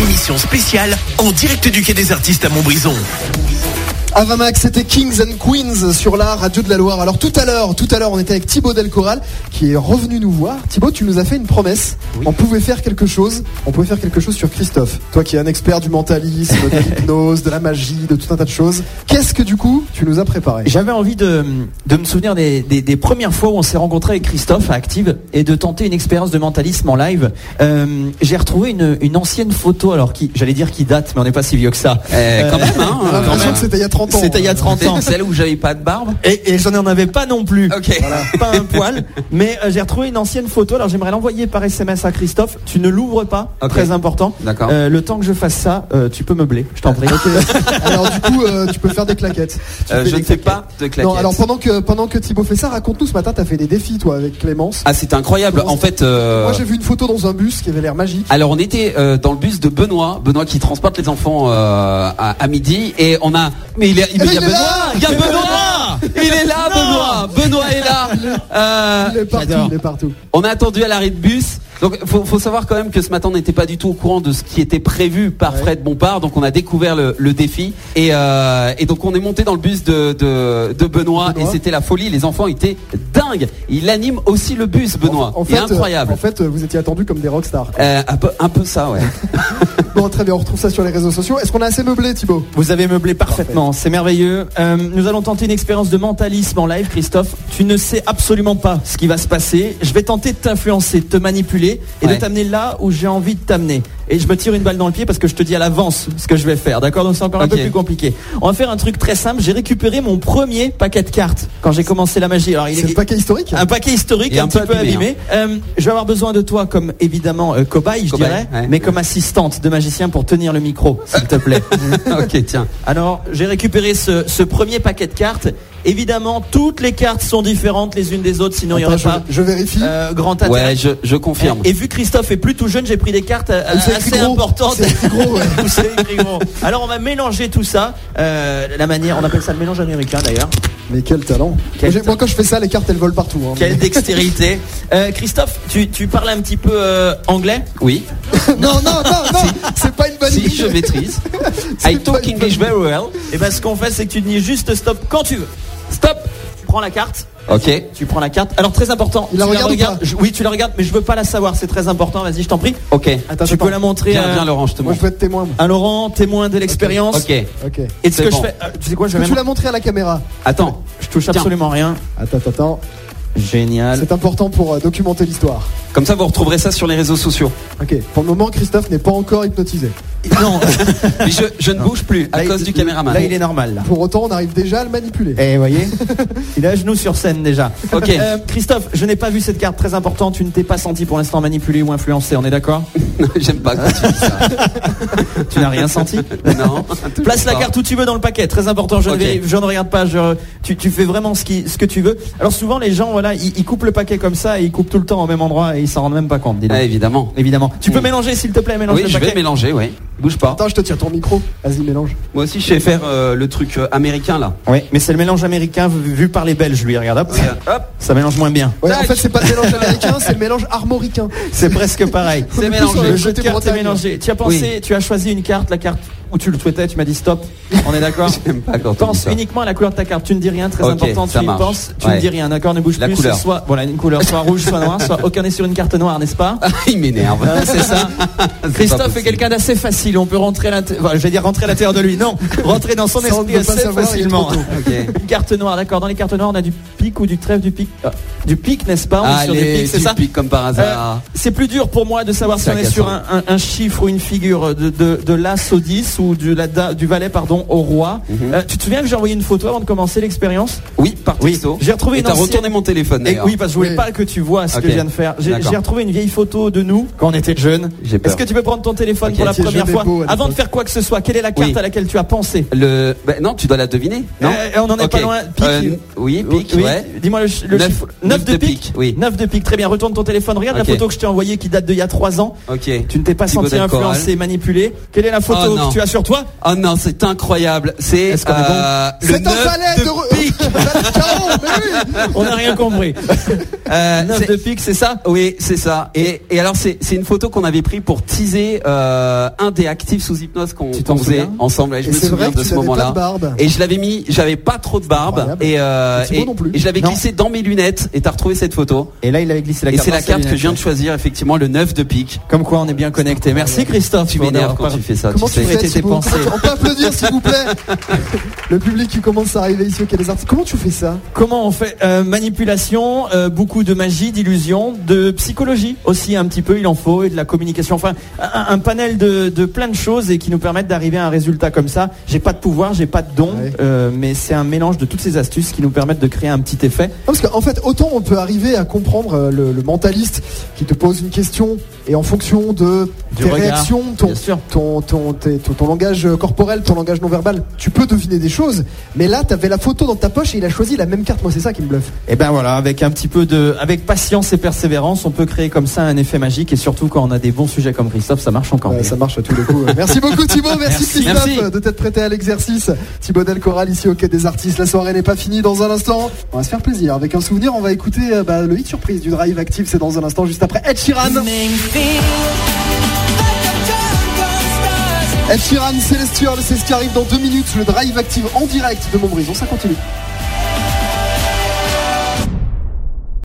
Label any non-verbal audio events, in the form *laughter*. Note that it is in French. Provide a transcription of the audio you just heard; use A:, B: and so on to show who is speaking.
A: émission spéciale en direct du Quai des Artistes à Montbrison.
B: Avamax, c'était Kings and Queens sur la radio de la Loire. Alors tout à l'heure, tout à l'heure, on était avec Thibaut Delcoral qui est revenu nous voir. Thibaut, tu nous as fait une promesse. On pouvait faire quelque chose. On pouvait faire quelque chose sur Christophe. Toi qui es un expert du mentalisme,
C: *laughs*
B: de l'hypnose, de la magie, de tout un tas de choses. Qu'est-ce que du coup tu nous as préparé
D: J'avais envie de, de me souvenir des, des- des premières fois où on s'est rencontré avec Christophe à Active et de tenter une expérience de mentalisme en live. Euh, J'ai retrouvé une, une ancienne photo, alors qui, j'allais dire qui date, mais on n'est pas si vieux que ça.
C: Eh, quand
D: Euh,
B: *laughs*
C: même, hein,
B: J'ai
C: quand
B: l'impression
C: même.
B: que c'était il y a 30 ans. *laughs*
D: C'était il y a 30 ans.
C: Celle où j'avais pas de barbe.
D: Et, et je n'en avais pas non plus.
C: Ok.
D: Voilà, pas un poil. Mais euh, j'ai retrouvé une ancienne photo. Alors j'aimerais l'envoyer par SMS à Christophe. Tu ne l'ouvres pas.
C: Ok.
D: Très important.
C: D'accord.
D: Euh, le temps que je fasse ça, euh, tu peux meubler. Je t'en
C: *laughs*
D: prie.
B: Alors du coup, euh, tu peux faire des claquettes. Tu
C: Euh,
B: fais
C: je
B: des
C: ne fais
B: claquettes.
C: pas de claquettes.
B: Non, alors pendant que pendant que Thibaut fait ça, raconte-nous ce matin, t'as fait des défis toi avec Clémence.
C: Ah, c'est incroyable. En fait, euh,
B: Moi j'ai vu une photo dans un bus qui avait l'air magique.
C: Alors on était euh, dans le bus de Benoît, Benoît qui transporte les enfants euh, à, à midi et on a mais il est, mais
B: là,
C: il y a
B: il est
C: Benoît,
B: là
C: il y a Benoît, il est là Benoît, Benoît est là. Euh,
B: Il est partout,
D: j'adore.
B: il est partout.
C: on a attendu à l'arrêt de bus. Donc faut, faut savoir quand même que ce matin on n'était pas du tout au courant de ce qui était prévu par Fred Bompard, donc on a découvert le, le défi et, euh, et donc on est monté dans le bus de, de, de Benoît,
B: Benoît.
C: et c'était la folie, les enfants étaient dingues. Il anime aussi le bus Benoît,
B: En- en
C: Il est
B: fait, euh,
C: incroyable.
B: En fait, euh, vous étiez attendus comme des rockstars. *laughs*
C: Euh, un peu un peu ça ouais.
B: Bon, très bien, on retrouve ça sur les réseaux sociaux. Est-ce qu'on a assez meublé, Thibaut
D: Vous avez meublé parfaitement, c'est merveilleux. Euh, nous allons tenter une expérience de mentalisme en live, Christophe. Tu ne sais absolument pas ce qui va se passer. Je vais tenter de t'influencer, de te manipuler et
C: Ouais.
D: de t'amener là où j'ai envie de t'amener. Et je me tire une balle dans le pied parce que je te dis à l'avance ce que je vais faire, d'accord Donc c'est encore un peu
C: Ok.
D: plus compliqué. On va faire un truc très simple. J'ai récupéré mon premier paquet de cartes quand j'ai commencé la magie. Alors il
B: C'est
D: est,
B: le paquet historique
C: Ah, bah,
D: un paquet historique,
C: Et
D: un,
C: un
D: petit
C: peu
D: peu abîmé.
C: abîmé, hein.
D: Euh, je vais avoir besoin de toi comme évidemment euh, cobaye, je
C: Cobaye,
D: dirais,
C: ouais.
D: mais comme assistante de magicien pour tenir le micro, s'il te
C: *laughs*
D: plaît.
C: ok tiens.
D: Alors, j'ai récupéré ce, ce premier paquet de cartes. Évidemment, toutes les cartes sont différentes les unes des autres, sinon il n'y
B: Attends,
D: aurait
B: je,
D: pas
B: je vérifie.
D: euh, grand
C: Ouais,
D: intérêt.
C: je, je confirme.
D: Et vu que Christophe est plus tout jeune, j'ai pris des cartes euh,
B: Ah, c'est écrit
D: assez
B: gros.
D: importantes.
B: C'est écrit gros, ouais.
D: Où *laughs* c'est écrit gros. Alors on va mélanger tout ça. euh, la manière, on appelle ça le mélange américain d'ailleurs.
B: Mais quel talent
D: Quel
B: Moi, j'ai-
D: talent.
B: Moi, quand je fais ça, les cartes elles volent partout. hein.
D: Quelle dextérité. Euh, Christophe, tu, tu parles un petit peu euh, anglais
C: Oui.
B: *laughs* Non, non, non, non C'est pas une bonne
C: Si,
B: idée *laughs*
C: je maîtrise. I
B: pas
C: talk
B: une
C: English very well.
D: Et ben ce qu'on fait, c'est que tu dis juste stop quand tu veux. Stop. Tu prends la carte.
C: Ok.
D: Tu prends la carte. Alors très important.
B: Il la
D: tu
B: regarde ou pas
D: Je- Oui, tu la regardes, mais je veux pas la savoir. C'est très important. Vas-y, je t'en prie.
C: Ok.
B: Attends, euh,
D: tu
B: attends.
D: peux la montrer
C: Viens,
D: à,
C: viens Laurent, je te
B: Moi, je
C: montre.
B: peux être témoin.
D: à Laurent, témoin de l'expérience.
C: Ok.
B: Ok. Est-ce
D: Et ce
C: C'est
D: que
C: bon.
D: je fais, euh, tu sais quoi, je vais
B: que tu
D: même,
B: l'as montré à la caméra
C: Attends.
D: je touche
C: Tiens.
D: absolument rien.
B: Attends, attends, attends.
D: Génial.
B: C'est important pour euh, documenter l'histoire.
C: Comme ça, vous retrouverez ça sur les réseaux sociaux.
B: Ok. Pour le moment, Christophe n'est pas encore hypnotisé.
D: Non,
C: Mais je, je ne bouge plus à
D: Là, il-
C: cause du caméraman.
D: Là, il est normal. Là.
B: Pour autant, on arrive déjà à le manipuler.
D: Eh, vous voyez, *laughs* il est à genoux sur scène déjà.
C: Ok.
D: Euh, Christophe, je n'ai pas vu cette carte très importante. Tu ne t'es pas senti pour l'instant manipulé ou influencé. On est d'accord
C: J'aime pas quand tu dis ça.
D: Tu n'as *laughs* rien *laughs*
C: *laughs*
D: senti
C: Non.
D: Place la
C: pas.
D: carte où tu veux dans le paquet, très important. Je, ne
C: Ah. Ok.
D: vérifie- je ne regarde pas. je- tu, tu fais vraiment ce, qui, ce que tu veux. Alors souvent les gens, voilà, ils, ils coupent le paquet comme ça, et ils coupent tout le temps au même endroit et ils s'en rendent même pas compte. dis donc.
C: Ah, évidemment.
D: Évidemment. Tu peux
C: Mm.
D: mélanger, s'il te plaît, mélange
C: Oui,
D: le
C: je
D: paquet.
C: vais mélanger, oui. Bouge pas.
B: Attends, je te tire ton micro. Vas-y, mélange.
C: Moi aussi, je sais faire euh, le truc euh, américain là. Euh,
D: Oui, mais c'est le mélange américain vu vu par les Belges, lui. Regarde, hop,
C: Hop,
D: ça mélange moins bien.
B: Ouais, en
C: Tac.
B: fait, c'est pas le
C: *laughs*
B: mélange américain, c'est le mélange armoricain.
D: C'est presque pareil.
C: c'est
B: sur
C: mélangé.
D: Le
B: le
D: jeu de
B: côté
D: cartes est
B: Bretagne.
D: mélangé. Tu as pensé, tu as choisi une carte, la carte où tu le souhaitais. Tu m'as dit stop. On est d'accord.
C: *laughs* J'aime pas quand on dit
D: Pense
C: *laughs* ça.
D: uniquement à la couleur de ta carte. Tu ne dis rien, très
C: Ok,
D: important.
C: ça
D: Tu y
C: marche.
D: penses, tu
C: Ouais.
D: ne dis rien, d'accord Ne bouge
C: La
D: plus.
C: couleur.
D: c'est Soit, voilà, une couleur, soit rouge, soit noir, soit aucun n'est sur une carte noire, n'est-ce
C: *laughs*
D: pas
C: Ah, Il m'énerve.
D: Hein, C'est ça.
C: *laughs* C'est pas
D: Christophe
C: possible.
D: est quelqu'un d'assez facile. On peut rentrer à l'intérieur. je vais dire rentrer à l'intérieur de lui. Non, rentrer dans son
B: Ça, on ne
D: esprit
B: peut pas
D: assez
B: savoir, il est
D: facilement.
B: trop tôt.
C: Ok.
D: Une carte noire, d'accord. Dans les cartes noires, on a du pic ou du trèfle, du pic, ah, du pic, n'est-ce pas On est sur du
C: Allez,
D: pic, c'est
C: tu
D: ça
C: piques comme par
D: euh,
C: hasard.
D: c'est plus dur pour moi de savoir si
C: C'est
D: on est sur un, un- un chiffre ou une figure de, de, de l'as au 10 ou du, la, da- du valet pardon, au roi.
C: Mhm.
D: Euh, tu te souviens que j'ai envoyé une photo avant de commencer l'expérience
C: Oui, par
D: Oui.
C: texto.
D: J'ai retrouvé
C: Et
D: une
C: t'as
D: ancienne-
C: retourné mon téléphone.
D: Et
C: d'ailleurs.
D: Oui, parce que je voulais
B: Oui.
D: pas que tu vois ce
C: Ok.
D: que je viens de faire. J'ai
C: D'accord.
D: j'ai retrouvé une vieille photo de nous quand on était jeunes.
C: J'ai peur.
D: Est-ce que tu peux prendre ton téléphone
C: Ok.
D: pour la
B: Tiens,
D: première
B: je
D: fois
B: dépose à
D: Avant de
B: l'époque.
D: faire quoi que ce soit, quelle est la carte
C: Oui.
D: à laquelle tu as pensé
C: Le... bah, non, tu dois la deviner. Non
D: Euh, on en est pas
C: Ok.
D: loin. Pique.
C: Euh, oui, pique,
D: Oui,
C: ouais.
D: Dis-moi le, ch- le
C: Neuf-
D: chiffre.
C: neuf
D: 9 de
C: de
D: pique.
C: pique, oui.
D: 9 de pique. Très bien. Retourne ton téléphone. Regarde
C: Ok.
D: la photo que je t'ai envoyée qui date d'il y a 3 ans.
C: Ok.
D: Tu ne t'es pas
C: Thibaut
D: senti
C: Delcoral.
D: influencé, manipulé. Quelle est la photo
C: Oh, non.
D: que tu as sur toi
C: Oh non, c'est incroyable. C'est
D: Est-ce qu'on est bon
C: euh, le
B: C'est un
C: neuf
B: valet
C: de
B: de. re-
C: pique.
B: *laughs* Valet de carreau, mais oui
D: *laughs* On n'a rien compris.
C: Euh,
D: 9
C: c'est-
D: de pique, c'est ça
C: Oui, c'est ça. Et, et alors c'est c'est une photo qu'on avait prise pour teaser euh, un des c'était Active sous hypnose qu'on
D: Tu t'en
C: qu'on faisait
D: souviens
C: ensemble. Et je
B: Et
C: me
B: c'est vrai
C: souviens
B: que
C: de
B: tu
C: ce
B: n'avais pas
C: moment-là.
B: de barbe.
C: Et je l'avais mis, j'avais pas trop de barbe
B: Incroyable.
C: et, euh,
B: Et Thibaut
C: et,
B: non plus.
C: et je l'avais
D: Non.
C: glissé dans mes lunettes et t'as retrouvé cette photo.
D: Et là, il avait glissé la
C: et
D: carte.
C: c'est la
D: dans sa
C: carte que je
D: lunette.
C: viens de choisir effectivement le 9 de pique.
D: Comme quoi, on est bien connecté. Merci Christophe.
C: Tu
D: pour
C: m'énerves
D: d'avoir
C: quand tu fais ça.
B: *laughs* Comment
C: tu
B: tu
C: sais.
B: fais
D: C'était tes
B: Thibaut Comment
D: pensées.
B: tu- On peut applaudir s'il vous plaît *laughs* Le public qui commence à arriver ici au Quai des Arts. Comment tu fais ça
D: Comment on fait Euh, Manipulation, euh, beaucoup de magie, d'illusion, de psychologie aussi un petit peu, il en faut, et de la communication. Enfin, un, un panel de, de plein de choses et qui nous permettent d'arriver à un résultat comme ça. J'ai pas de pouvoir, j'ai pas de don,
B: Ouais.
D: euh, mais c'est un mélange de toutes ces astuces qui nous permettent de créer un petit effet.
B: Non, Parce qu'en fait, autant on peut arriver à comprendre euh, le, le mentaliste qui te pose une question et en fonction de
D: Du
B: tes
D: regard,
B: réactions, ton,
D: bien sûr.
B: ton, ton, tes- ton- ton langage euh, corporel, ton langage non verbal, tu peux deviner des choses. Mais là, t'avais la photo dans ta poche et il a choisi la même carte. Moi, c'est ça qui me bluffe.
D: Et ben voilà, avec un petit peu de, avec patience et persévérance, on peut créer comme ça un effet magique et surtout quand on a des bons sujets comme Christophe, ça marche encore
B: Ouais,
D: mieux.
B: ça marche à tous les coups. *laughs* Merci beaucoup Thibaut, merci,
D: Merci.
B: Christophe
C: Merci.
B: de t'être prêté à l'exercice. Thibaut Delcoral ici au Quai des Artistes. La soirée n'est pas finie dans un instant. On va se faire plaisir. Avec un souvenir, on va écouter euh, bah, le hit surprise du Drive Active. C'est dans un instant, juste après Ed Sheeran. Ed Sheeran, Célestial, c'est ce qui arrive dans deux minutes. Le Drive Active en direct de Montbrison, ça continue.